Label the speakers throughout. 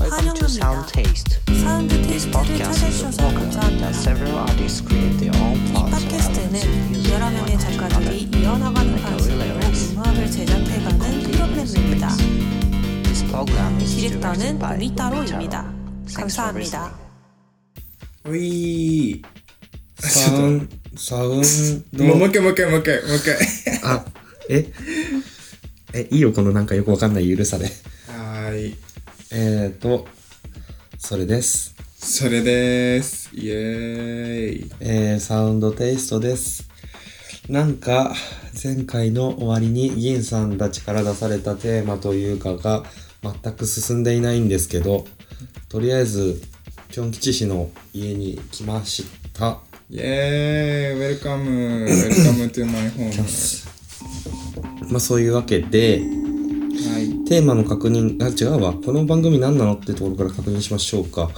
Speaker 1: Welcome to Sound Taste.
Speaker 2: サウンドテイ
Speaker 1: This
Speaker 2: ストで
Speaker 1: podcast
Speaker 2: 正し
Speaker 1: is a
Speaker 2: さを残
Speaker 1: podcast
Speaker 2: だ
Speaker 1: that several artists create their own parts or elements
Speaker 2: 팟캐스트는
Speaker 1: using
Speaker 2: 여러 명의
Speaker 1: one another.
Speaker 2: 작가들이 이어나가는
Speaker 1: Like a
Speaker 2: 방식으로
Speaker 1: lyrics.
Speaker 2: 음악을 제작해가는 프로그램입니다.
Speaker 1: This program is directed
Speaker 2: 디렉터는
Speaker 1: by
Speaker 2: 우리따로입니다.
Speaker 1: Thanks for listening.
Speaker 2: 감사합니다.
Speaker 3: ういー
Speaker 4: ち
Speaker 3: サウンサウンド
Speaker 4: もうもう一回もう一回もう一回もう一回
Speaker 3: あええいいよこのなんかよくわかんないゆるさで
Speaker 4: はーい
Speaker 3: えーとそれです
Speaker 4: それですイエーイ
Speaker 3: えー、サウンドテイストですなんか前回の終わりに銀さんたちから出されたテーマというかが全く進んでいないんですけどとりあえずピョン吉氏の家に来ました
Speaker 4: イエーイウェルカムウェルカムトゥマイホー
Speaker 3: まあそういうわけで
Speaker 4: ムはい
Speaker 3: テーマの確認、あ、違うわ。この番組何なのってところから確認しましょうか。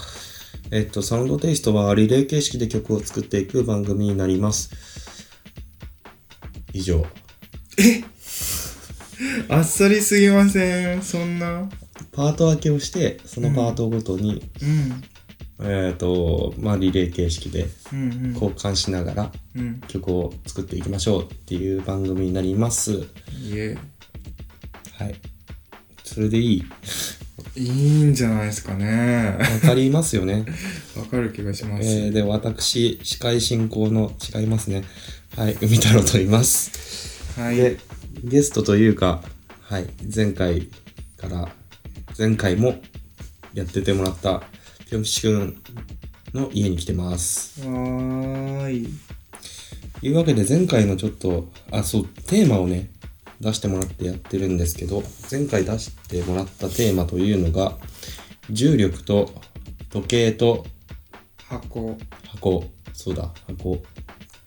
Speaker 3: えっと、サウンドテイストはリレー形式で曲を作っていく番組になります。以上。
Speaker 4: あっさりすぎませんそんな
Speaker 3: パート分けをして、そのパートごとに、
Speaker 4: うん
Speaker 3: えっと、まあ、リレー形式で
Speaker 4: うん
Speaker 3: 交換しながら
Speaker 4: うんうん
Speaker 3: 曲を作っていきましょうっていう番組になります。
Speaker 4: イエー
Speaker 3: はい。それでいい。
Speaker 4: イいいんじゃないですかね
Speaker 3: わかりますよ ね。
Speaker 4: わかる気がします、
Speaker 3: えーで、私、司会進行の、違いますね。はい、海太郎と言います。
Speaker 4: はい
Speaker 3: でゲストというか、はい、前回から前回もやっててもらったぴょんちくんの家に来てます。
Speaker 4: わーい
Speaker 3: いうわけで前回のちょっとあそうテーマをね出してもらってやってるんですけど前回出してもらったテーマというのが重力と時計と
Speaker 4: 箱
Speaker 3: 箱そうだ箱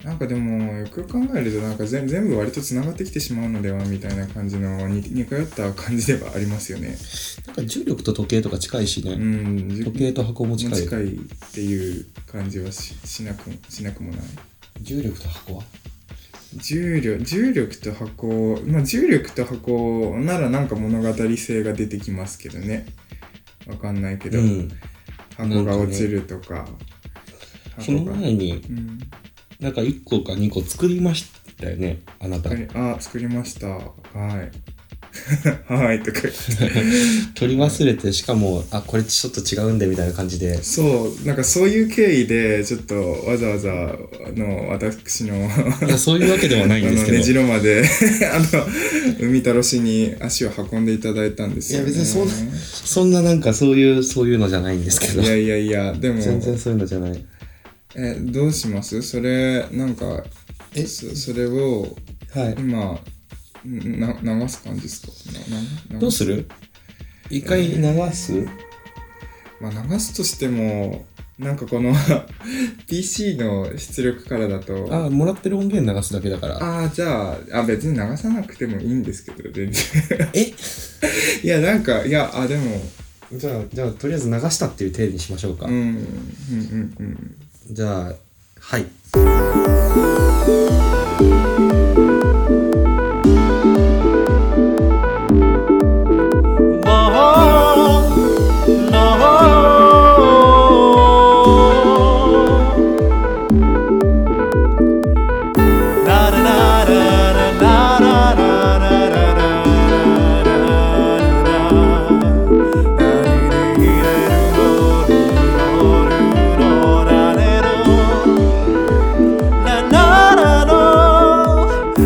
Speaker 4: なんかでもよくよく考えるとなんか全全部割と繋がってきてしまうのではみたいな感じのに似通った感じではありますよね
Speaker 3: なんか重力と時計とか近いしね、
Speaker 4: うんじ
Speaker 3: 時計と箱も近い
Speaker 4: 近いっていう感じはししなくしなくもない
Speaker 3: 重力と箱は
Speaker 4: 重力重力と箱まあ重力と箱ならなんか物語性が出てきますけどねわかんないけど、
Speaker 3: うん
Speaker 4: 箱が落ちるとか箱
Speaker 3: その
Speaker 4: が
Speaker 3: 前に
Speaker 4: うん
Speaker 3: なんか1個か2個作りましたよね、あなた。
Speaker 4: あ作りましたはい はい とか言って
Speaker 3: 取り忘れて、しかも、あ、これちょっと違うんでみたいな感じで。
Speaker 4: そうなんかそういう経緯でちょっとわざわざあの私の
Speaker 3: いや、そういうわけではないん
Speaker 4: あ
Speaker 3: です
Speaker 4: の
Speaker 3: けど。
Speaker 4: 根城 まであの海太郎氏に足を運んでいただいたんですよ、ね、
Speaker 3: いや別にそんそんななんかそういう、そういうのじゃないんですけど
Speaker 4: い。やいやいやでも
Speaker 3: 全然そういうのじゃない。
Speaker 4: えどうしますそれなんか
Speaker 3: え
Speaker 4: そそれを
Speaker 3: はい。
Speaker 4: 今んな流す感じですかなな
Speaker 3: どうする一回流す
Speaker 4: まあ、流すとしてもなんかこの PC の出力からだと
Speaker 3: あ、もらってる音源流すだけだから。
Speaker 4: ああじゃああ別に流さなくてもいいんですけど全然
Speaker 3: え
Speaker 4: いやなんかいやあでも
Speaker 3: じゃあ、じゃあ、とりあえず流したっていう体にしましょうか
Speaker 4: うんうんうんうん
Speaker 3: じゃあ、はい。
Speaker 5: La la la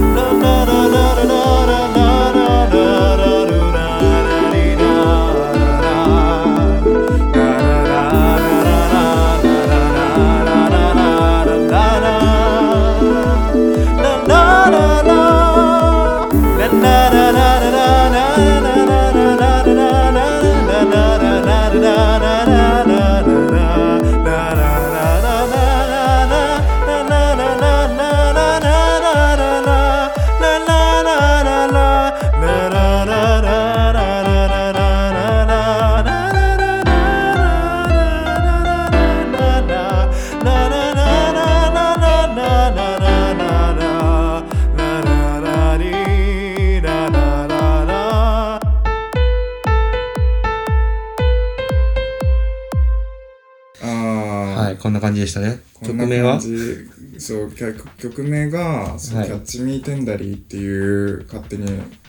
Speaker 3: こんな感じでしたね。
Speaker 4: こ
Speaker 3: 曲
Speaker 4: んな
Speaker 3: 名は
Speaker 4: 感じそう曲曲名が「そう
Speaker 3: はい
Speaker 4: キャッチ・ミー・テンダリー」っていう勝手に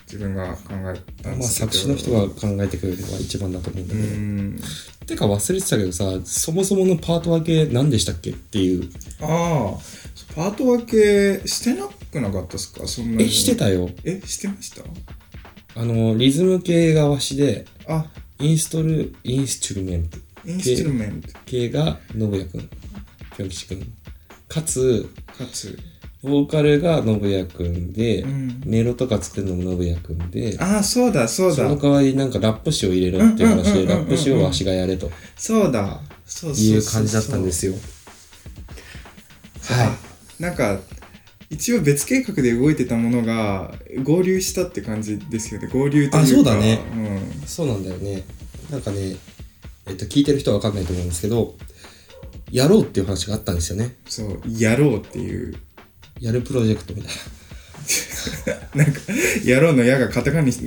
Speaker 4: 自分が考えたん
Speaker 3: まあ
Speaker 4: ですけど、
Speaker 3: 作詞の人が考えてくれるのが一番だと思うんだ
Speaker 4: う
Speaker 3: けど。
Speaker 4: ん
Speaker 3: てか忘れてたけどさ、そもそものパート分け何でしたっけっていう。
Speaker 4: ああパート分けしてなくなかったっすかそんなに
Speaker 3: え、してたよ。
Speaker 4: えしてました
Speaker 3: あの、リズム系がわしで、
Speaker 4: あ
Speaker 3: インストル、インストゥルメント
Speaker 4: インストゥルメント
Speaker 3: 系が信也くん、ぴょん吉くん。かつ、
Speaker 4: かつ
Speaker 3: ボーカルが信也くんで、
Speaker 4: うん
Speaker 3: メロとか作るのも信也くんで、
Speaker 4: ああそうだそう
Speaker 3: そ
Speaker 4: だ
Speaker 3: の代わりなんかラップ詞を入れろっていう話
Speaker 4: う
Speaker 3: で、
Speaker 4: んうんうんうんうん
Speaker 3: ラップ詞をわしがやれと
Speaker 4: そうだそうそうそう
Speaker 3: いう感じだったんですよ。はい。
Speaker 4: いなんか一応別計画で動いてたものが合流したって感じですよね合流というか
Speaker 3: あそうだね
Speaker 4: うん
Speaker 3: そうなんだよね。なんかね、えっと、聞いてる人はわかんないと思うんですけど、やろうっていう話があったんですよね。
Speaker 4: そう、やろうっていう。
Speaker 3: やるプロジェクトみたい
Speaker 4: なんか、やろうの矢がカタカナにし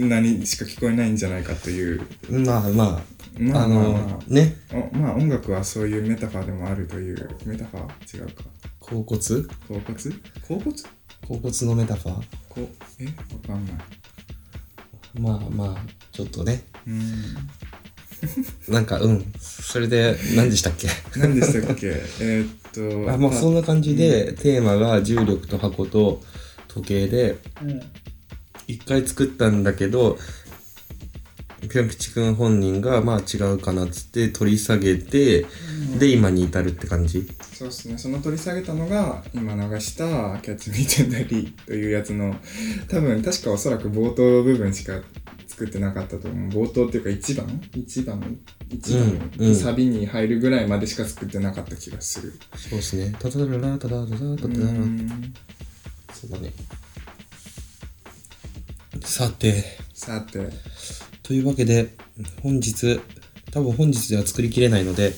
Speaker 4: か聞こえないんじゃないかという。
Speaker 3: な。まあまあ、
Speaker 4: ま
Speaker 3: あ
Speaker 4: あまあ
Speaker 3: の
Speaker 4: ま、
Speaker 3: ね、
Speaker 4: あ、おまあ音楽はそういうメタファーでもあるという。メタファー違うか。
Speaker 3: 甲骨甲
Speaker 4: 甲骨甲骨
Speaker 3: 骨のメタファー
Speaker 4: こえわかんない。
Speaker 3: まあまあ、ちょっとね。
Speaker 4: うん。
Speaker 3: なんか、うん。それで、何でしたっけ
Speaker 4: 何でした っけえーっと。
Speaker 3: あまあ、そん
Speaker 4: な。
Speaker 3: な感じで、テーマが重力と箱と時計で、一回作ったんだけど、ぴょん吉くん本人が、まあ違うかなっつって取り下げて、で、今に至るって感じ。
Speaker 4: そうですね。その取り下げたのが、今流した、キャッチミーテンダリーというやつの、多分、確かおそらく冒頭部分しか作ってなかったと思う。冒頭っていうか、一番一番一番、
Speaker 3: うんうん
Speaker 4: サビに入るぐらいまでしか作ってなかった気がする。
Speaker 3: そうですね。たたららたたたたた
Speaker 4: う
Speaker 3: た
Speaker 4: ん。
Speaker 3: そうだね。さて、
Speaker 4: さて、うん。
Speaker 3: というわけで、本日、多分本日では作りきれないので、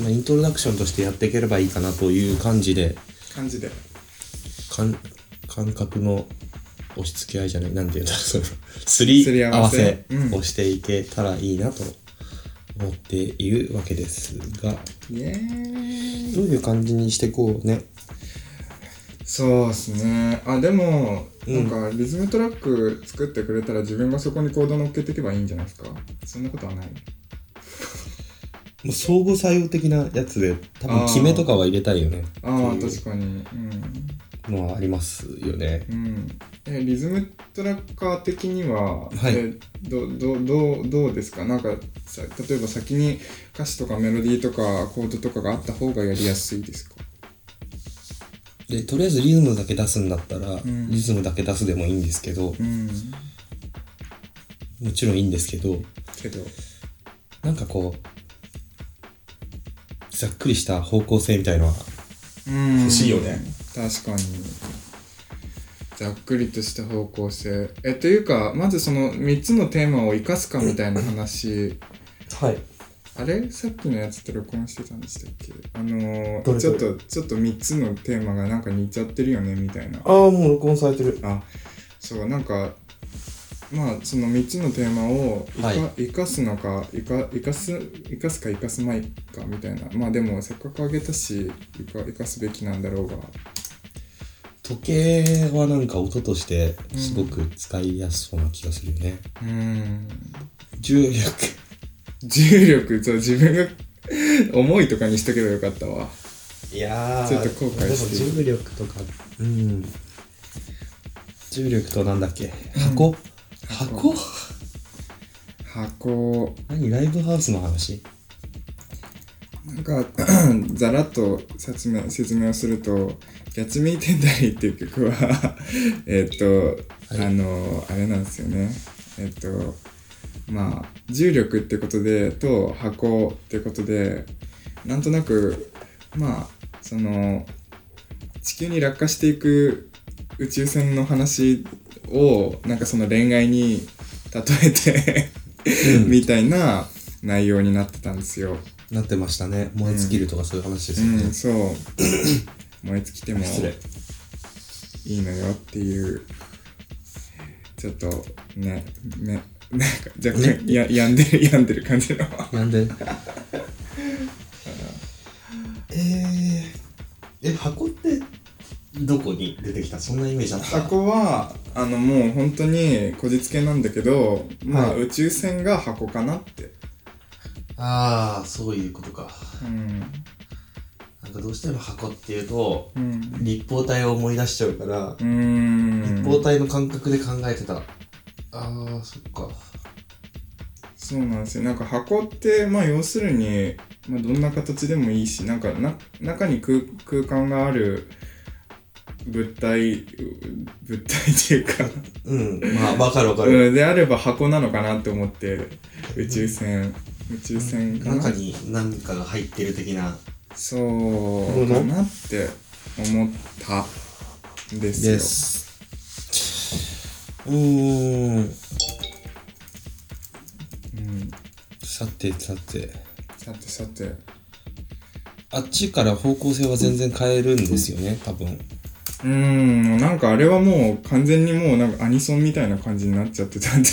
Speaker 3: まあ、イントロダクションとしてやっていければいいかなという感じで、
Speaker 4: 感じで。
Speaker 3: 感感覚の押し付け合いじゃない、なんていうんだ、 その、すり
Speaker 4: すり
Speaker 3: 合
Speaker 4: 合
Speaker 3: わ
Speaker 4: わせ
Speaker 3: せ
Speaker 4: うん
Speaker 3: をしていけたらいいなと思っているわけですが、
Speaker 4: イエーイ。
Speaker 3: どういう感じにしてこうね。
Speaker 4: そうですね。あ、でも、
Speaker 3: うん
Speaker 4: なんか、リズムトラック作ってくれたら自分がそこにコード乗っけていけばいいんじゃないですかそんなことはない。
Speaker 3: もう相互作用的なやつで、多分
Speaker 4: あー
Speaker 3: 決めとかは入れたいよね。
Speaker 4: ああ、
Speaker 3: っていう
Speaker 4: 確かに。うん。
Speaker 3: のはありますよね。
Speaker 4: うん、えリズムトラッカー的には、
Speaker 3: はい
Speaker 4: えどどどうどうですかなんかさ例えば先に歌詞とかメロディーとかコードとかがあった方がやりやすいですか
Speaker 3: で、とりあえずリズムだけ出すんだったら、
Speaker 4: ん
Speaker 3: リズムだけ出すでもいいんですけど
Speaker 4: う、ん
Speaker 3: もちろんいいんですけど、
Speaker 4: けど
Speaker 3: なんかこう、ざっくりした方向性みたいのは、
Speaker 4: うん
Speaker 3: 欲しいよね
Speaker 4: 確かにざっくりとした方向性えというかまずその3つのテーマを生かすかみたいな話
Speaker 3: はい。
Speaker 4: あれさっきのやつって録音してたんでしたっけあの
Speaker 3: どれ
Speaker 4: ー、ち
Speaker 3: ど
Speaker 4: ょ
Speaker 3: れ
Speaker 4: っとちょっと3つのテーマがなんか似ちゃってるよねみたいな
Speaker 3: ああ、もう録音されてる。
Speaker 4: あそうなんかまあその3つのテーマを生か,、
Speaker 3: はい
Speaker 4: 生かすのか生か生かす生かすか生かすまいかみたいなまあでもせっかくあげたし生か生かすべきなんだろうが
Speaker 3: 時計はなんか音として、すごく使いやすそうな気がするよね。
Speaker 4: うーん
Speaker 3: 重力。
Speaker 4: 重力そう自分が重いとかにしとけばよかったわ
Speaker 3: いやー、
Speaker 4: ちょっと後悔してる
Speaker 3: でも重力とか、うん。重力となんだっけ箱、箱
Speaker 4: 箱
Speaker 3: 何ライブハウスの話
Speaker 4: なんか ざらっと説明説明をすると「キャッチ・ミー・テンダリー」っていう曲は えっと、
Speaker 3: はい
Speaker 4: あのあれなんですよねえっとまあ重力ってことでと箱ってことでなんとなくまあその地球に落下していく宇宙船の話をなんかその恋愛に例えて みたいな内容になってたんですよ。
Speaker 3: なってましたね。燃え尽きるとかそういう話ですよね。
Speaker 4: うん、そう 燃え尽きても
Speaker 3: 失礼。
Speaker 4: いいのよっていうちょっとねねなんか若干 や病んでる病んでる感じの
Speaker 3: なんでえー、え箱ってどこに出てきたそんなイメージあった
Speaker 4: 箱はあのもう本当にこじつけなんだけど、まあ
Speaker 3: はい
Speaker 4: 宇宙船が箱かなって、
Speaker 3: ああそういうことか
Speaker 4: うん
Speaker 3: なんかどうしても箱っていうと
Speaker 4: うん、
Speaker 3: 立方体を思い出しちゃうから
Speaker 4: う、ーん
Speaker 3: 立方体の感覚で考えてたあーそっか
Speaker 4: そうなんですよなんか箱ってまあ要するに、まあ、どんな形でもいいしなんかな中に空空間がある物体う物体っていうか
Speaker 3: うんまあわかるわかる、
Speaker 4: うんであれば箱なのかなって思って宇宙船宇宙船かな
Speaker 3: 中に何かが入ってる的な
Speaker 4: そうかなって思ったんですよ。
Speaker 3: すうーん
Speaker 4: うん、
Speaker 3: さてさて
Speaker 4: さてさて
Speaker 3: あっちから方向性は全然変えるんですよね多分
Speaker 4: うーんなんかあれはもう完全にもうなんかアニソンみたいな感じになっちゃってたんで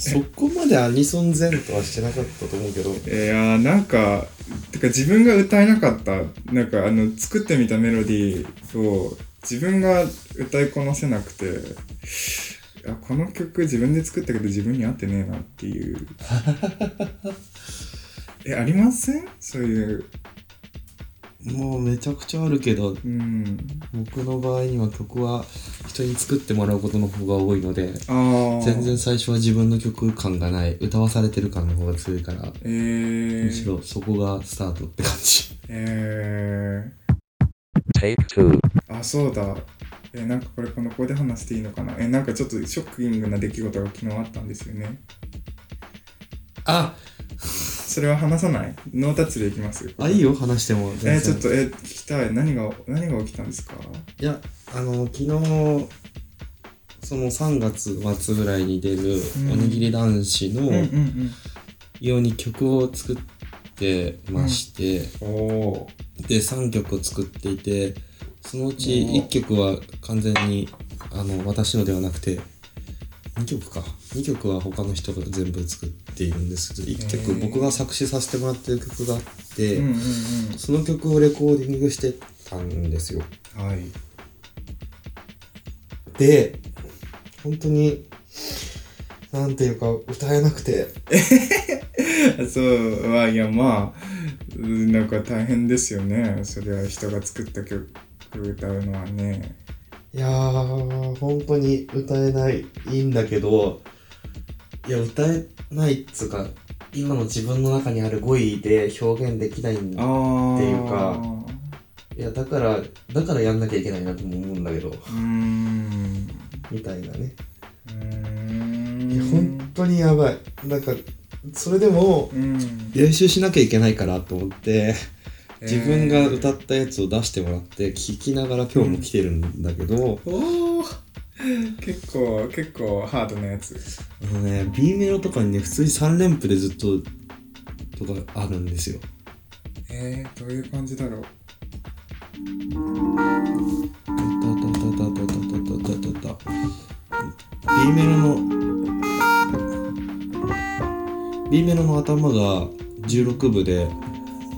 Speaker 3: そこまでアニソン前とはしてなかったと思うけど
Speaker 4: いやーなんかてか自分が歌えなかったなんかあの作ってみたメロディーを自分が歌いこなせなくていやこの曲自分で作ったけど自分に合ってねえなっていう えありませんそういう
Speaker 3: もうめちゃくちゃあるけど
Speaker 4: うん
Speaker 3: 僕の場合には曲は人に作ってもらうことの方が多いので
Speaker 4: ああ
Speaker 3: 全然最初は自分の曲感がない歌わされてる感の方が強いから
Speaker 4: えー、
Speaker 3: むしろそこがスタートって感じ
Speaker 4: えー
Speaker 5: Take two.
Speaker 4: あそうだえーなんかこれこのここで話していいのかなえーなんかちょっとショッキングな出来事が昨日あったんですよね
Speaker 3: あ
Speaker 4: それは話さないノータッチでいきます
Speaker 3: あいい
Speaker 4: よ
Speaker 3: よ話しても全然
Speaker 4: えーちょっとえー聞きたい何が何が起きたんですか
Speaker 3: いやあの昨日その3月末ぐらいに出る
Speaker 4: うん
Speaker 3: 「おにぎり男子」
Speaker 4: う
Speaker 3: の
Speaker 4: ん
Speaker 3: ように曲を作ってまして、
Speaker 4: うんお
Speaker 3: で3曲作っていてそのうち1曲は完全にあの私のではなくて2曲か2曲は他の人が全部作っているんですけど1
Speaker 4: へ
Speaker 3: 曲
Speaker 4: ー
Speaker 3: 僕が作詞させてもらってる曲があっ
Speaker 4: ー
Speaker 3: て、
Speaker 4: うんうん
Speaker 3: その曲をレコーディングしてたんですよ
Speaker 4: うんはい
Speaker 3: で本当になんていうか歌えなくて
Speaker 4: そうはいやまあうんなんか大変ですよねそれは人が作った曲歌うのはね
Speaker 3: いやー本当に歌えないいいんだけどいや歌えないっつうか今の自分の中にある語彙で表現できないん
Speaker 4: ああ
Speaker 3: っていうかいやだからだからやんなきゃいけないなとも思うんだけど
Speaker 4: うーん
Speaker 3: みたいなね
Speaker 4: うーん
Speaker 3: いや本当にやばいなんかそれでも
Speaker 4: うん
Speaker 3: 練習しなきゃいけないからと思って
Speaker 4: えー
Speaker 3: 自分が歌ったやつを出してもらって聴きながら今日も来てるんだけど、
Speaker 4: おお結構結構ハードなやつ
Speaker 3: あのね B メロとかにね普通に3連符でずっととかあるんですよ
Speaker 4: えー、どういう感じだろう
Speaker 3: タタタタタタタタタタタ B メロの B メロの頭が16部で、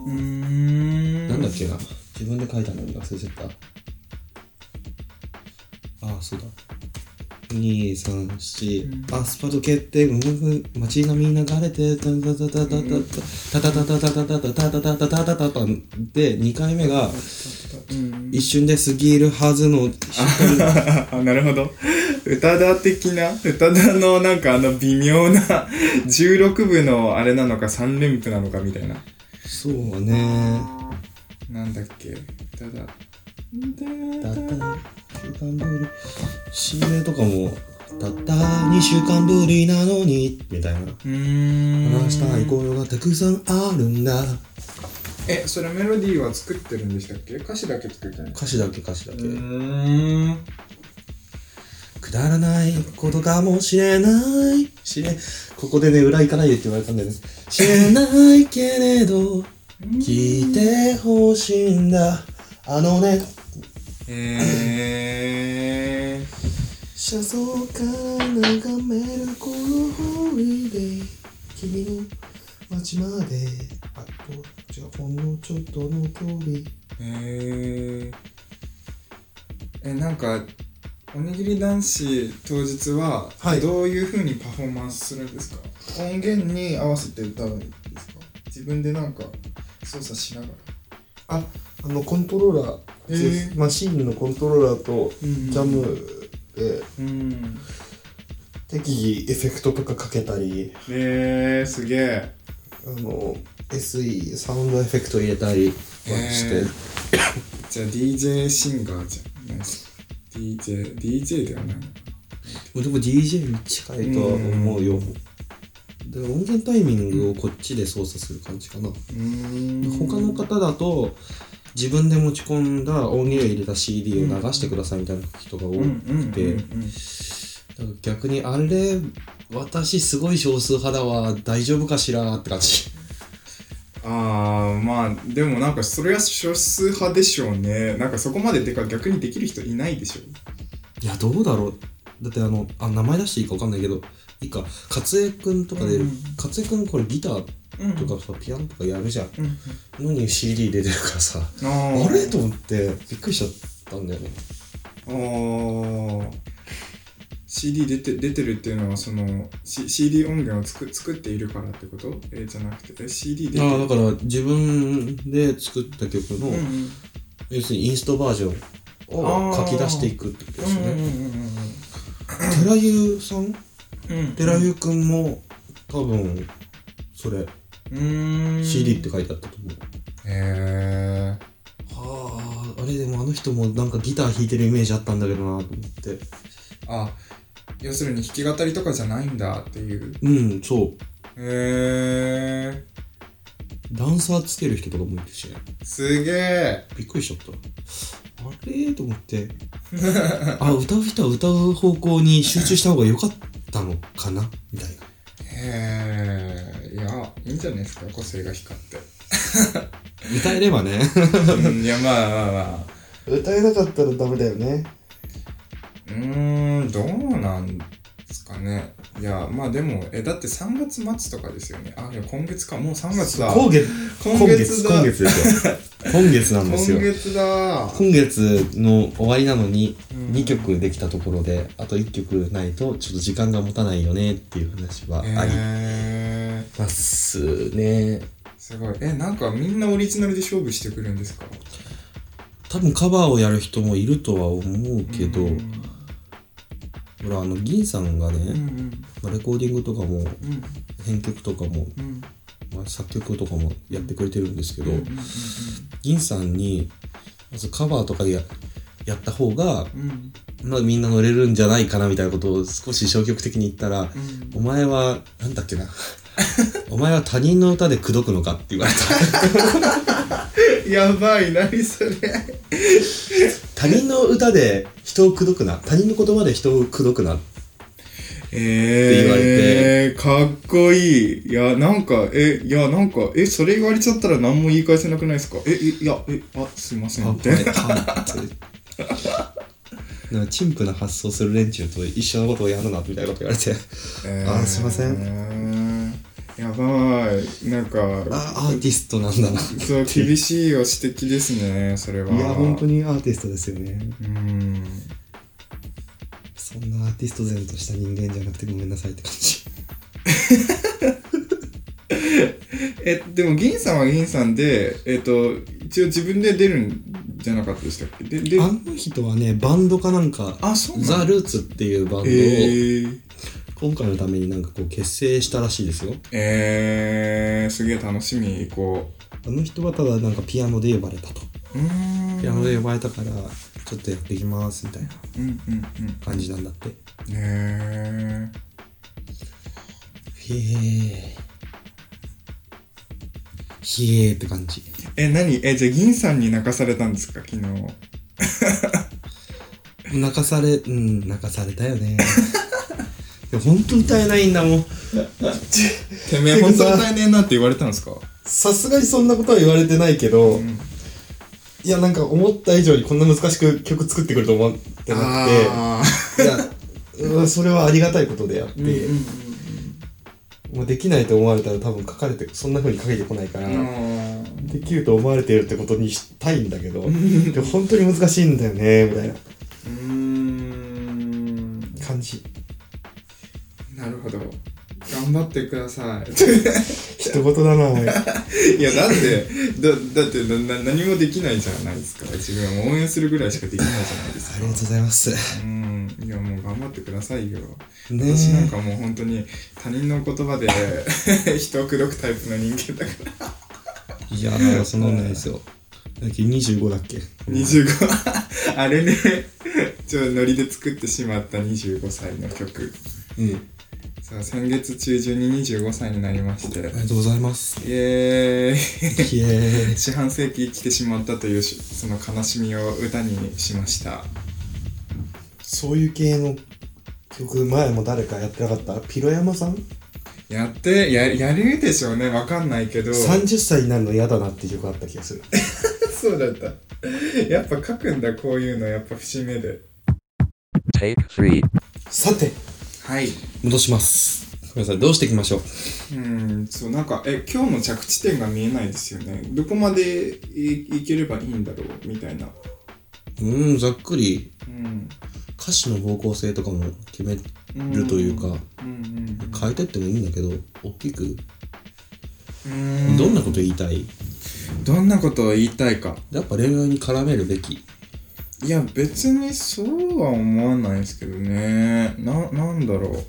Speaker 4: うーん
Speaker 3: なんだっけな自分で書いたのに忘れちゃったああそうだ234、アスパルト蹴ってうんうん街並み流れてタタタタタタタタタタタタタタタタタタタで2回目が
Speaker 4: うん
Speaker 3: 一瞬で過ぎるはずの
Speaker 4: あ なるほど歌田的な歌田のなんかあの微妙な16部のあれなのか3連符なのかみたいな
Speaker 3: そうね
Speaker 4: なんだっけ歌田
Speaker 3: だった2週間ぶり C 名とかもたった2週間ぶりなのにみたいな
Speaker 4: うーん
Speaker 3: 話したい声がたくさんあるんだ
Speaker 4: えそれメロディーは作ってるんでしたっけ歌詞だけ作ってない
Speaker 3: 歌詞だけ歌詞だけ
Speaker 4: うーん
Speaker 3: くだらないことかもしれないしれここでね裏行かないでって言われたんだよね知れないけれど聞いてほしいんだあのね
Speaker 4: えー
Speaker 3: 車窓から眺めるこのホリデー君を街まであとじゃあほんのちょっとの距離
Speaker 4: へええなんかおにぎり男子当日は
Speaker 6: はい
Speaker 4: どういうふうにパフォーマンスするんですか、
Speaker 6: 音源に合わせて歌うんですか
Speaker 4: 自分でなんか操作しながら
Speaker 6: ああのコントローラーです、
Speaker 4: えー
Speaker 6: マシンのコントローラーと
Speaker 4: うんうん
Speaker 6: ジャムで
Speaker 4: うん
Speaker 6: 適宜エフェクトとかかけたり
Speaker 4: へえすげえ
Speaker 6: あの SE サウンドエフェクト入れたりはして、
Speaker 4: えーじゃあ DJ シンガーじゃないですか DJ, DJ ではないのか
Speaker 3: でも DJ に近いとは思うよで音源タイミングをこっちで操作する感じかな
Speaker 4: うーん
Speaker 3: 他の方だと自分で持ち込んだ音源を入れた CD を流してくださいみたいな人が多
Speaker 4: うんうんうん
Speaker 3: くてだか
Speaker 4: うん
Speaker 3: ら逆にあれ私すごい少数派だわ大丈夫かしらって感じ
Speaker 4: ああまあでもなんかそれは少数派でしょうねなんかそこまでてか逆にできる人いないでしょ
Speaker 3: いやどうだろうだってあのあ名前出していいか分かんないけどいいか勝江君とかで、
Speaker 4: うん
Speaker 3: 勝江君これギター
Speaker 4: うん
Speaker 3: とかさ、ピアノとかやるじゃん
Speaker 4: うんうん
Speaker 3: のに CD 出てるからさ
Speaker 4: あ
Speaker 3: あ
Speaker 4: ー
Speaker 3: れと思ってびっくりしちゃったんだよね
Speaker 4: あー CD 出て出てるっていうのはその、C、CD 音源を作作っているからってことえーじゃなくてえ CD 出てる
Speaker 3: ああだから自分で作った曲
Speaker 4: う
Speaker 3: の、
Speaker 4: んうん
Speaker 3: 要するにインストバージョンを書き出していくってことです
Speaker 4: うん
Speaker 3: ね
Speaker 4: うんうん
Speaker 3: 寺優さん
Speaker 4: うんうん
Speaker 3: 寺優くんも多分それ
Speaker 4: うーん
Speaker 3: CD って書いてあったと思う
Speaker 4: へえ
Speaker 3: あああれでもあの人もなんかギター弾いてるイメージあったんだけどなと思って
Speaker 4: あ要するに弾き語りとかじゃないんだっていう
Speaker 3: うんそう
Speaker 4: へえ
Speaker 3: ダンサーつける人とかもいるしね
Speaker 4: すげえ
Speaker 3: びっくりしちゃったあれと思って あ歌う人は歌う方向に集中した方が良かったのかなみたいな
Speaker 4: へえいやいいんじゃないですか個性が光って
Speaker 3: 歌えればね
Speaker 4: うんいやまあまあま あ
Speaker 6: 歌えなかったらダメだよね
Speaker 4: うーんどうなんですかねいやまあでもえだって3月末とかですよねあいや今月かもう3月だ
Speaker 3: 今月
Speaker 4: 今月だ
Speaker 3: 今月で すよ今月なんですよ
Speaker 4: 今月だ
Speaker 3: 今月の終わりなのに
Speaker 4: うん
Speaker 3: 2曲できたところであと1曲ないとちょっと時間が持たないよねっていう話はあり
Speaker 4: へえ
Speaker 3: ますね
Speaker 4: すごいえなんかみんなオリジナルで勝負してくるんですか
Speaker 3: 多分カバーをやる人もいるとは思うけど、
Speaker 4: うん
Speaker 3: ほらあの銀さんがね、
Speaker 4: うん
Speaker 3: まあレコーディングとかも
Speaker 4: うん
Speaker 3: 編曲とかも、
Speaker 4: うん
Speaker 3: まあ、作曲とかもやってくれてるんですけど、
Speaker 4: うん
Speaker 3: 銀さんにまずカバーとかでややった方が、
Speaker 4: うんうん
Speaker 3: まあ、みんな乗れるんじゃないかなみたいなことを少し消極的に言ったら、
Speaker 4: うん
Speaker 3: お前は、なんだっけな。 お前は他人の歌で口説くのかって言われた。
Speaker 4: やばい何それ
Speaker 3: 他人の歌で人を口説くな。他人の言葉で人を口説くな。
Speaker 4: ええー、かっこいい。いや、なんか、え、いや、なんか、え、それ言われちゃったら何も言い返せなくないですかえ、えいや、え、あ、すいません。
Speaker 3: あ
Speaker 4: みたいな
Speaker 3: なんか陳腐な発想する連中と一緒のことをやるなみたいなこと言われて
Speaker 4: え
Speaker 3: あすいません
Speaker 4: ん。やばい。なんか、
Speaker 3: あアーティストなんだな
Speaker 4: そう、厳しいよ指摘ですね、それは。
Speaker 3: いや本当。にアーティストですよね
Speaker 4: うん。
Speaker 3: そんなアーティスト然とした人間じゃなくてごめんなさいって感じ
Speaker 4: え、でも、銀さんは銀さんで、えっ、と、一応自分で出るんじゃなかったでしたっけで、で、
Speaker 3: あの人はねバンドかなんか
Speaker 4: あそうなんだ
Speaker 3: ザ・ルーツっていうバンドを
Speaker 4: えー、
Speaker 3: 今回のためになんかこう結成したらしいですよ
Speaker 4: えー、すげえ楽しみ、こう。
Speaker 3: あの人はただなんかピアノで呼ばれたと。
Speaker 4: うーん
Speaker 3: ピアノで呼ばれたから、ちょっとやってきますみたいな
Speaker 4: うんうんうん
Speaker 3: 感じなんだって。
Speaker 4: へえ
Speaker 3: へえ。ひえーって感じ。
Speaker 4: え何えじゃあ銀さんに泣かされたんですか昨日
Speaker 3: 泣かされ、うん、泣かされた よね。いや、ほんと歌えないんだもん。
Speaker 4: てめ
Speaker 6: え本当歌
Speaker 4: えねえなって言われたんですか
Speaker 6: さすがにそんなことは言われてないけど、
Speaker 4: ん
Speaker 6: いやなんか思った以上にこんな難しく曲作ってくると思ってなく
Speaker 4: ああ
Speaker 6: ていやうんそれはありがたいことであって、
Speaker 4: うんうん
Speaker 6: まあ、できないと思われたら多分書かれてそんな風に書けてこないから、
Speaker 4: うん
Speaker 6: できると思われてるってことにしたいんだけどでも本当に難しいんだよねみたいな
Speaker 4: うーん
Speaker 6: 感じ
Speaker 4: なるほど頑張ってください
Speaker 6: 一言だなおい
Speaker 4: いやだってだだってなな何もできないじゃないですか自分は応援するぐらいしかできないじゃないですか
Speaker 6: ありがとうございます
Speaker 4: うんいやもう頑張ってくださいよ、
Speaker 6: ねえ
Speaker 4: 私なんかもう本当に他人の言葉で 人を口説くタイプの人間だから
Speaker 6: いやーそんなことないですよだっけ25だっけ
Speaker 4: 25 あれねちょっとノリで作ってしまった25歳の曲
Speaker 6: うん
Speaker 4: さあ先月中旬に25歳になりま して
Speaker 6: ありがとうございます
Speaker 4: イエーイ
Speaker 6: イエーイ
Speaker 4: 四半世紀生きてしまったというしその悲しみを歌にしました
Speaker 6: そういう系の曲前も誰かやってなかったピロヤマさん
Speaker 4: やってややるでしょうねわかんないけど
Speaker 6: ?30 歳になるの嫌だなっていう曲あった気がする
Speaker 4: そうだった やっぱ書くんだこういうのやっぱ節目で
Speaker 5: Take 3.
Speaker 6: さて
Speaker 4: はい
Speaker 3: 戻します。ごめんなさい、どうしていきましょう。
Speaker 4: うんそうなんかえ今日の着地点が見えないですよねどこまでいいければいいんだろうみたいな
Speaker 3: うーん、ざっくり
Speaker 4: うん
Speaker 3: 歌詞の方向性とかも決めるというか、
Speaker 4: うんうん
Speaker 3: 変えてってもいいんだけど、大きく、
Speaker 4: うん
Speaker 3: どんなこと言いたい
Speaker 4: どんなことを言いたいか
Speaker 3: やっぱ恋愛に絡めるべき。
Speaker 4: いや別にそうは思わないですけどねななんだろ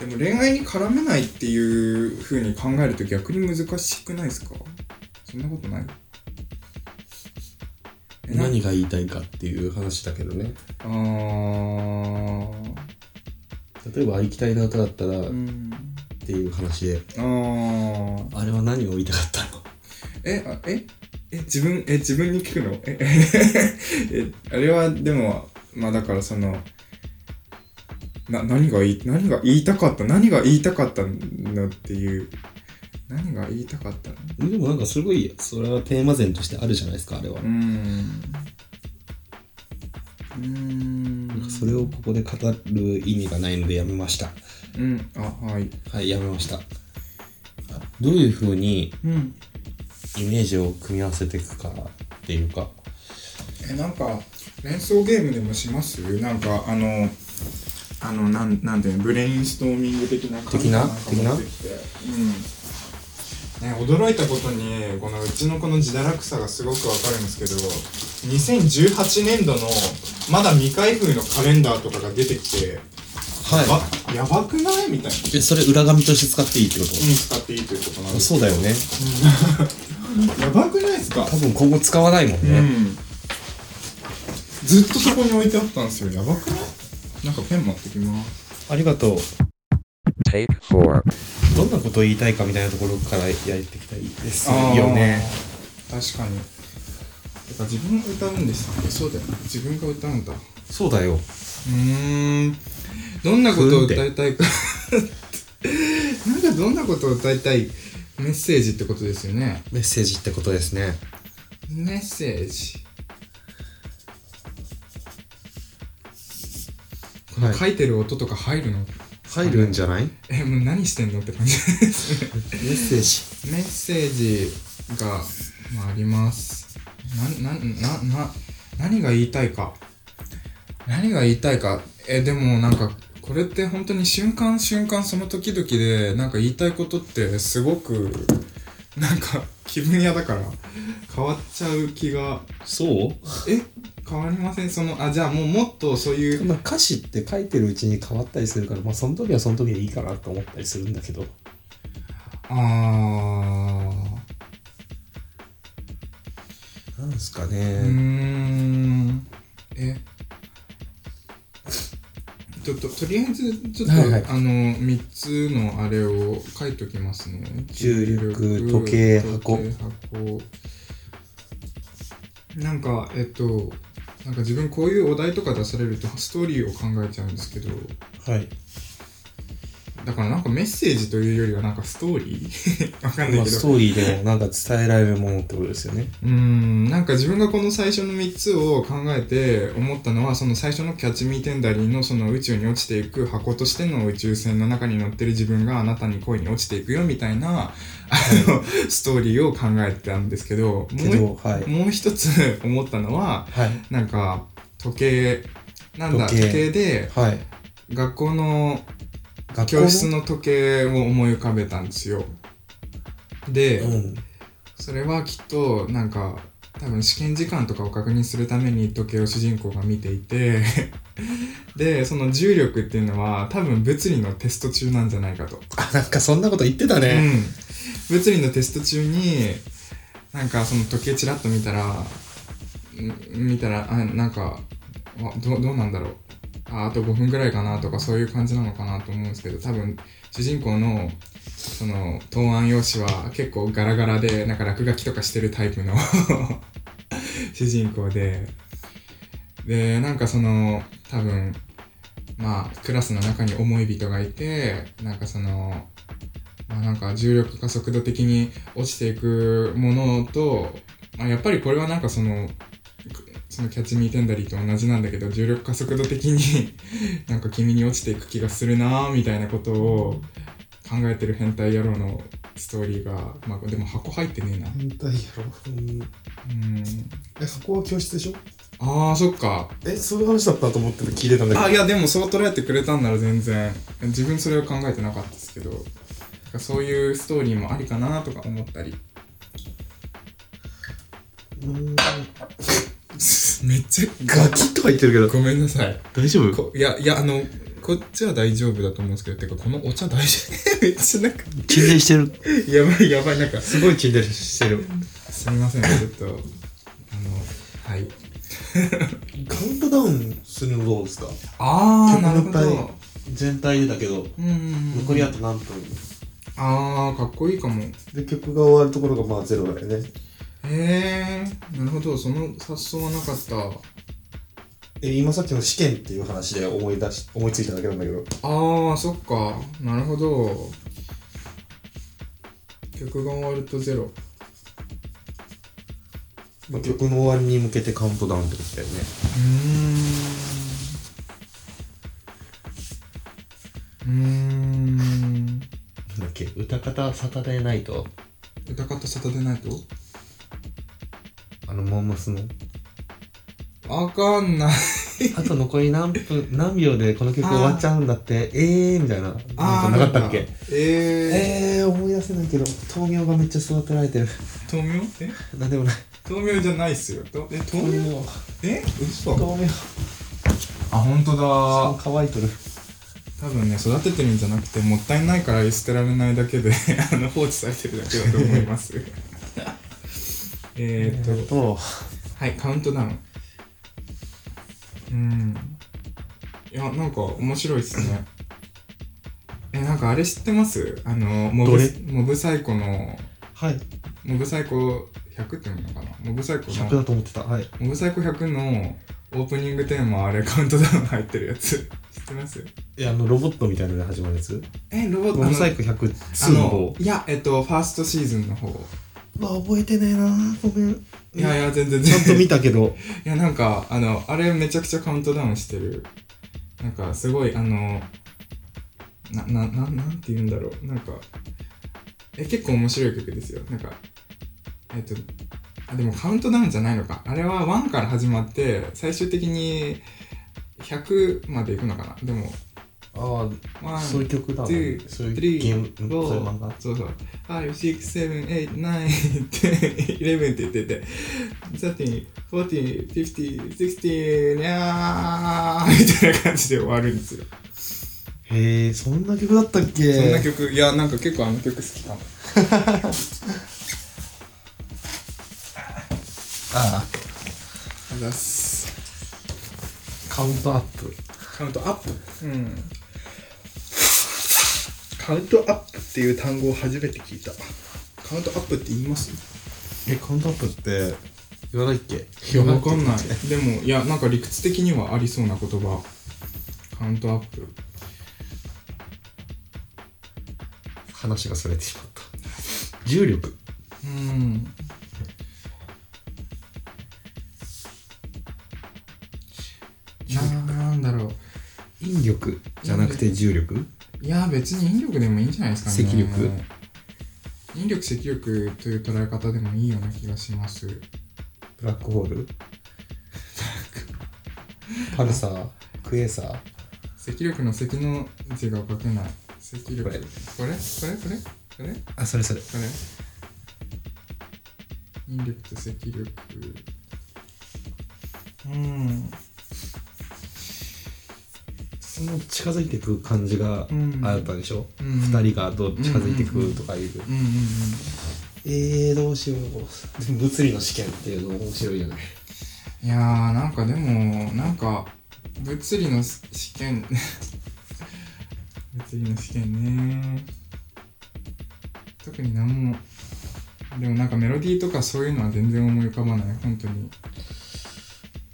Speaker 4: うでも恋愛に絡めないっていう風に考えると逆に難しくないですかそんなことないえな
Speaker 3: 何が言いたいかっていう話だけどね。
Speaker 4: あー
Speaker 3: 例えば、行きたいな歌だったら、
Speaker 4: う
Speaker 3: っ
Speaker 4: ん
Speaker 3: ていう話で、
Speaker 4: あー
Speaker 3: あれは何を言いたかったの
Speaker 4: えあええ自分え自分に聞くの ええあれはでもまあだからそのな何が言い何が言いたかった何が言いたかったのっていう何が言いたかったの
Speaker 3: でもなんかすごい、それはテーマ前としてあるじゃないですか、あれは
Speaker 4: うー。んうーん
Speaker 3: それをここで語る意味がないのでやめました。
Speaker 4: うんあはい
Speaker 3: はい、やめました。どういう風に
Speaker 4: うん
Speaker 3: イメージを組み合わせていくかっていうか、
Speaker 4: えなんか連想ゲームでもしますなんかあのあのなんなんていうのブレインストーミング的な感
Speaker 3: 的なん
Speaker 4: か持ってきてうんね驚いたことにこのうちのこの自堕落さがすごくわかるんですけど2018年度のまだ未開封のカレンダーとかが出てきて、
Speaker 3: は
Speaker 4: あやばくないみたいな、
Speaker 3: い。で、それ裏紙として使っていいってこ
Speaker 4: うん、使っていいということなん
Speaker 3: と
Speaker 4: です
Speaker 3: そうだよね。
Speaker 4: やばくないですか
Speaker 3: 多分今後使わないもんね。
Speaker 4: んずっとそこに置いてあったんですよやばくないなんかペン持ってきます
Speaker 3: ありがとう。
Speaker 5: Take 4.
Speaker 3: どんなことを言いたいかみたいなところからやっていきたいです
Speaker 4: あー
Speaker 3: よね。
Speaker 4: 確かにてか自分が歌うんでしたっけそうだよね自分が歌うんだう
Speaker 3: そうだよ。
Speaker 4: ーんどんなことを歌いたいか なんかどんなことを歌いたいメッセージってことですよね
Speaker 3: メッセージってことですね。
Speaker 4: メッセージ、
Speaker 3: はい
Speaker 4: 書いてる音とか入るの
Speaker 3: 入るんじゃないメ
Speaker 4: えもう何してんのって感じですね
Speaker 3: ッセージ。
Speaker 4: メッセージが、まあ、ありますなななな何が言いたいか何が言いたいかえでもなんかこれって本当に瞬間瞬間その時々でなんか言いたいことってすごくなんか気分屋だから変わっちゃう気が
Speaker 3: そう
Speaker 4: え変わりませんそのあじゃあもうもっとそういう
Speaker 3: まあ歌詞って書いてるうちに変わったりするから、まあその時はその時でいいかなと思ったりするんだけど。
Speaker 4: あー
Speaker 3: なんですか
Speaker 4: うー
Speaker 3: ね。
Speaker 4: んえ ちょっととりあえずちょっと、
Speaker 3: はいはい
Speaker 4: あの3つのあれを書いときますね
Speaker 3: 重力時計箱
Speaker 4: 時計箱なんかえっとなんか自分こういうお題とか出されるとストーリーを考えちゃうんですけど
Speaker 3: はい。
Speaker 4: だからなんかメッセージというよりはなんかストーリー わかんな
Speaker 7: ま
Speaker 4: い
Speaker 7: あ、
Speaker 4: け
Speaker 7: ス
Speaker 4: ど、
Speaker 7: トーリーでもなんか伝えられるものってことですよね。
Speaker 4: うーんなんか自分がこの最初の3つを考えて思ったのはその最初の「キャッチ・ミー・テンダリー」のその宇宙に落ちていく箱としての宇宙船の中に乗ってる自分があなたに恋に落ちていくよみたいなあのストーリーを考えてたんですけど
Speaker 7: け
Speaker 4: も
Speaker 7: ど、は
Speaker 4: う
Speaker 7: い。
Speaker 4: もう一つ思ったのは
Speaker 7: はい。
Speaker 4: なんか時計なんだ
Speaker 7: 時計
Speaker 4: 時計で
Speaker 7: はい。
Speaker 4: 学校の
Speaker 7: 学
Speaker 4: 教室の時計を思い浮かべたんですよ。で、
Speaker 7: うん。
Speaker 4: それはきっとなんか多分試験時間とかを確認するために時計を主人公が見ていてでその重力っていうのは多分物理のテスト中なんじゃないかと、
Speaker 7: あ、なんかそんなこと言ってた
Speaker 4: う
Speaker 7: ね。
Speaker 4: ん、物理のテスト中になんかその時計ちらっと見たらん見たらあなんかあどうどうなんだろうああと5分ぐらいかなとかそういう感じなのかなと思うんですけど多分主人公のその答案用紙は結構ガラガラでなんか落書きとかしてるタイプの 主人公ででなんかその多分まあクラスの中に思い人がいてなんかそのまあなんか重力が速度的に落ちていくものと、まあ、やっぱりこれはなんかそのそのキャッチ・ミー・テンダリーと同じなんだけど重力加速度的に なんか君に落ちていく気がするなーみたいなことを考えてる変態野郎のストーリーが、まあ、でも箱入ってねえな
Speaker 3: 変態やろ、うん、
Speaker 4: うん
Speaker 3: えそこは教室でしょ
Speaker 4: あーそっか
Speaker 3: えそういう話だったと思って聞いてたんだけど
Speaker 4: あいやでもそう捉えてくれたんなら全然自分それを考えてなかったですけどなんかそういうストーリーもありかなとか思ったりめっちゃ
Speaker 3: ガキとか言ってるけど
Speaker 4: ごめんなさい
Speaker 3: 大丈夫
Speaker 4: こいやいやあのこっちは大丈夫だと思うんですけどてかこのお茶大丈夫 めっちゃなんか
Speaker 3: 沈殿してる
Speaker 4: やばいやばいなんかす
Speaker 3: すごい沈殿してる
Speaker 4: みませんちょっとあのはい
Speaker 3: カウントダウンするのどうですか
Speaker 4: ああ
Speaker 3: 曲
Speaker 4: なる
Speaker 3: の
Speaker 4: ほ
Speaker 3: 歌い
Speaker 4: ど
Speaker 3: 全体でだけど
Speaker 4: うん
Speaker 3: 残りあと何分
Speaker 4: ああかっこいいかも
Speaker 3: で曲が終わるところがまあゼロだよね
Speaker 4: へえなるほどその発想はなかった
Speaker 3: え今さっきの試験っていう話で思い出し思いついただけなんだけど
Speaker 4: ああそっかなるほど曲が終わるとゼロ
Speaker 3: まあ曲の終わりに向けてカウントダウンってことだよね
Speaker 4: うーんうーん
Speaker 3: なんだっけ歌方サタデーナイト
Speaker 4: 歌方サタデーナイト
Speaker 3: あのモーマスの
Speaker 4: わかんない
Speaker 3: あと残り何分何秒でこの曲
Speaker 4: 終わっち
Speaker 3: ゃうんだってええーみたいな
Speaker 4: ーえ
Speaker 3: ええー、思い出せないけど豆苗がめっちゃ育てられてる
Speaker 4: ー、豆苗え
Speaker 3: なんでもない
Speaker 4: 豆苗じゃないっすよとえ豆苗え嘘
Speaker 3: 豆苗
Speaker 4: あ本当だ
Speaker 3: 乾いとる
Speaker 4: 多分ね育ててるんじゃなくてもったいないから捨てられないだけで あの放置されてるだけだと思います えーっと、
Speaker 3: と
Speaker 4: はいカウントダウンうんいやなんか面白いっすねえなんかあれ知ってますあのモ
Speaker 3: ど
Speaker 4: ブ
Speaker 3: れ
Speaker 4: モブサイコの
Speaker 3: はい
Speaker 4: モブサイコ100っていうのかなモブサイコ
Speaker 3: 100だ
Speaker 4: の
Speaker 3: と思ってたはい
Speaker 4: モブサイコ100のオープニングテーマあれカウントダウン入ってるやつ知ってます
Speaker 3: えあのロボットみたいなので始まるやつ
Speaker 4: えロボット
Speaker 3: モブサ
Speaker 4: の
Speaker 3: イク100
Speaker 4: あ
Speaker 3: 2の
Speaker 4: の
Speaker 3: 方
Speaker 4: いやえっとファーストシーズンの方
Speaker 3: まあ覚えてねえなごめん
Speaker 4: い やいや全然
Speaker 3: ちゃんと
Speaker 4: 全然
Speaker 3: 見たけど
Speaker 4: いやなんかあのあれめちゃくちゃカウントダウンしてるなんかすごいあのななななんて言うんだろうなんかえ結構面白い曲ですよなんかえっとあでもカウントダウンじゃないのかあれは1から始まって最終的に100までいくのかなでも
Speaker 3: ああ
Speaker 4: 1
Speaker 3: そういう曲だもんね
Speaker 4: two,
Speaker 3: そういうゲームうんそういう漫画
Speaker 4: そうそう。5、6、7、8、9、10、11って言ってて、13、14、15、16、にゃー みたいな感じで終わるんですよ。
Speaker 3: へえそんな曲だったっけ
Speaker 4: そんな曲、いや、なんか結構あの曲好きかも。
Speaker 3: あ
Speaker 4: あざっす。
Speaker 3: あカウントアップ
Speaker 4: カウントアップ。うん。カウントアップっていう単語を初めて聞いた。カウントアップって言います
Speaker 3: えカウントアップって言わないっけ
Speaker 4: いや、わかんない。でも、いや、なんか理屈的にはありそうな言葉。カウントアップ。
Speaker 3: 話がそれてしまった重力
Speaker 4: うんなんだろう
Speaker 3: 引力じゃなくて重力
Speaker 4: いや別に引力でもいいんじゃないですかね
Speaker 3: 積力
Speaker 4: 引力積力という捉え方でもいいような気がします
Speaker 3: ブラックホールパルサークエーサー
Speaker 4: 積力の積の字が書けない積力
Speaker 3: これ
Speaker 4: これこれこれこれ
Speaker 3: あそれそれ
Speaker 4: これ引力と積力うん
Speaker 3: その近づいていく感じが
Speaker 4: うん
Speaker 3: あったでしょ、
Speaker 4: う
Speaker 3: うん2人がどう近づいていくとかいう、
Speaker 4: うんうんうん
Speaker 3: えー、どうしようでも物理の試験っていうの面白いよね
Speaker 4: いやーなんかでもなんか物理のし試験物理の試験ね特になんもでもなんかメロディーとかそういうのは全然思い浮かばない本当に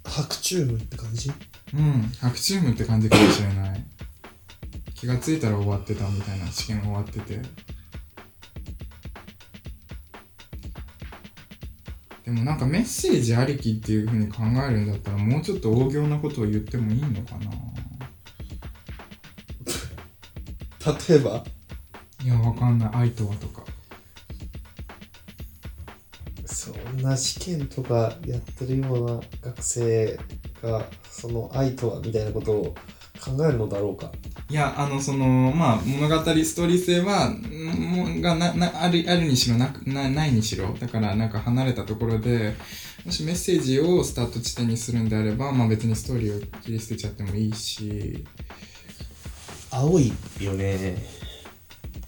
Speaker 6: 白昼夢って感じ
Speaker 4: うん白チームって感じかもしれない気がついたら終わってたみたいな試験終わっててでもなんかメッセージありきっていう風に考えるんだったらもうちょっと大行なことを言ってもいいのかな
Speaker 6: 例えば
Speaker 4: いやわかんない愛とはとか
Speaker 6: そんな試験とかやってるような学生がその愛とはみたいなことを考えるのだろうか
Speaker 4: いやあのそのまあ物語ストーリー性はんもがななあるあるにしろなくなないにしろだからなんか離れたところでもしメッセージをスタート地点にするんであれば、まあ、別にストーリーを切り捨てちゃってもいいし
Speaker 3: 青いよね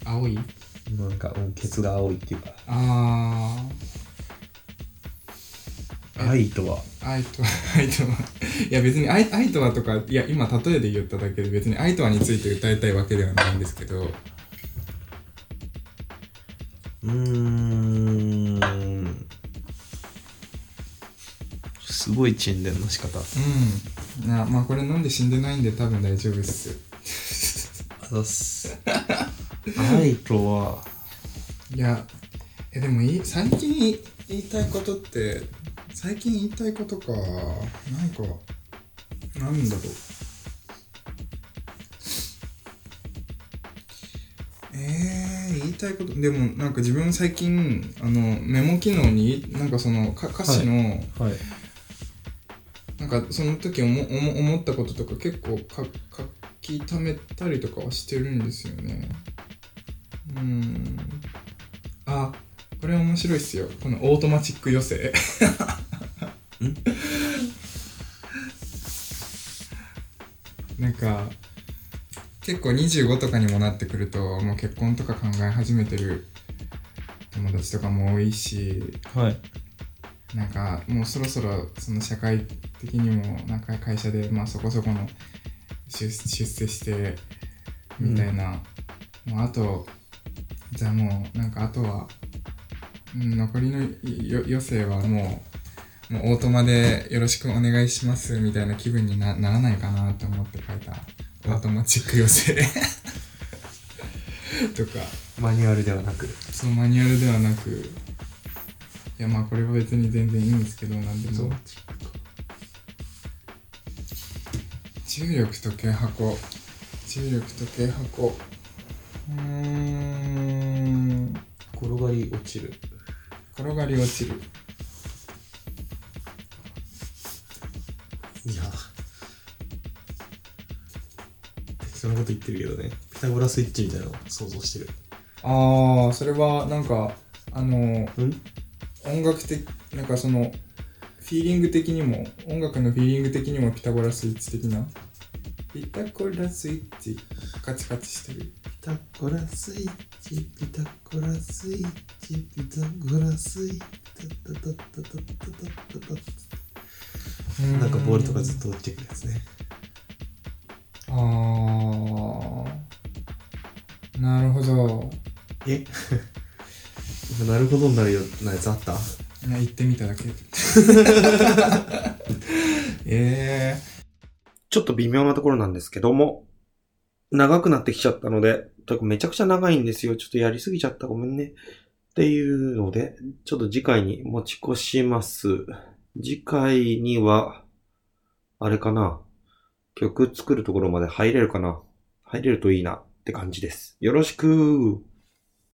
Speaker 4: 青い
Speaker 3: なんかうんケツが青いっていうか
Speaker 4: あ
Speaker 3: 愛とは
Speaker 4: ー愛とは 愛とはいや別に愛愛とはとかいや今例えで言っただけで別に愛とはについて歌いたいわけではないんですけど
Speaker 3: うーんすごい沈殿の仕方
Speaker 4: うんなまあこれ飲んで死んでないんで多分大丈夫ですよ
Speaker 3: あざっす愛とはい
Speaker 4: やえでもい最近言いたいことって最近言いたいことかなんかなんだろうえー、言いたいことでもなんか自分最近あのメモ機能になんかそのか歌詞の、
Speaker 3: はい
Speaker 4: なんかその時思思思ったこととか結構か書き溜めたりとかはしてるんですよねうーんあこれ面白いっすよこのオートマチック寄せなんか結構25とかにもなってくるともう結婚とか考え始めてる友達とかも多いし
Speaker 3: はい
Speaker 4: なんかもうそろそろその社会的にもなんか会社でまあそこそこの出出世してみたいな、もうあとじゃあもうなんかあとはうん残りのよ余生はもうもうオートマでよろしくお願いしますみたいな気分になならないかなと思って書いたオートマチック余生 とか。
Speaker 3: マニュアルではなく
Speaker 4: そのマニュアルではなくいやまあこれは別に全然いいんですけどなんでも重力と軽箱重力と軽箱うーん
Speaker 3: 転がり落ちる
Speaker 4: 転がり落ちる
Speaker 3: いや適当なこと言ってるけどねピタゴラスイッチみたいなのを想像してる
Speaker 4: ああそれはなんかあの
Speaker 3: うん
Speaker 4: 音楽的なんかそのフィーリング的にも音楽のフィーリング的にもピタゴラスイッチ的なピタゴラスイッチカチカチしてる
Speaker 6: ピタゴラスイッチピタゴラスイッチピタゴラスイッチタタタタタタタタタなんかボールとかずっと落ちてくるやつね
Speaker 4: あーなるほど
Speaker 6: えなるほどになるようなやつあった
Speaker 4: な言ってみただけ ええ
Speaker 3: ちょっと微妙なところなんですけども
Speaker 8: 長くなってきちゃったので、というかめちゃくちゃ長いんですよ。ちょっとやりすぎちゃった。ごめんね。っていうので、ちょっと次回に持ち越します。次回には、あれかな。曲作るところまで入れるかな。入れるといいなって感じです。よろしく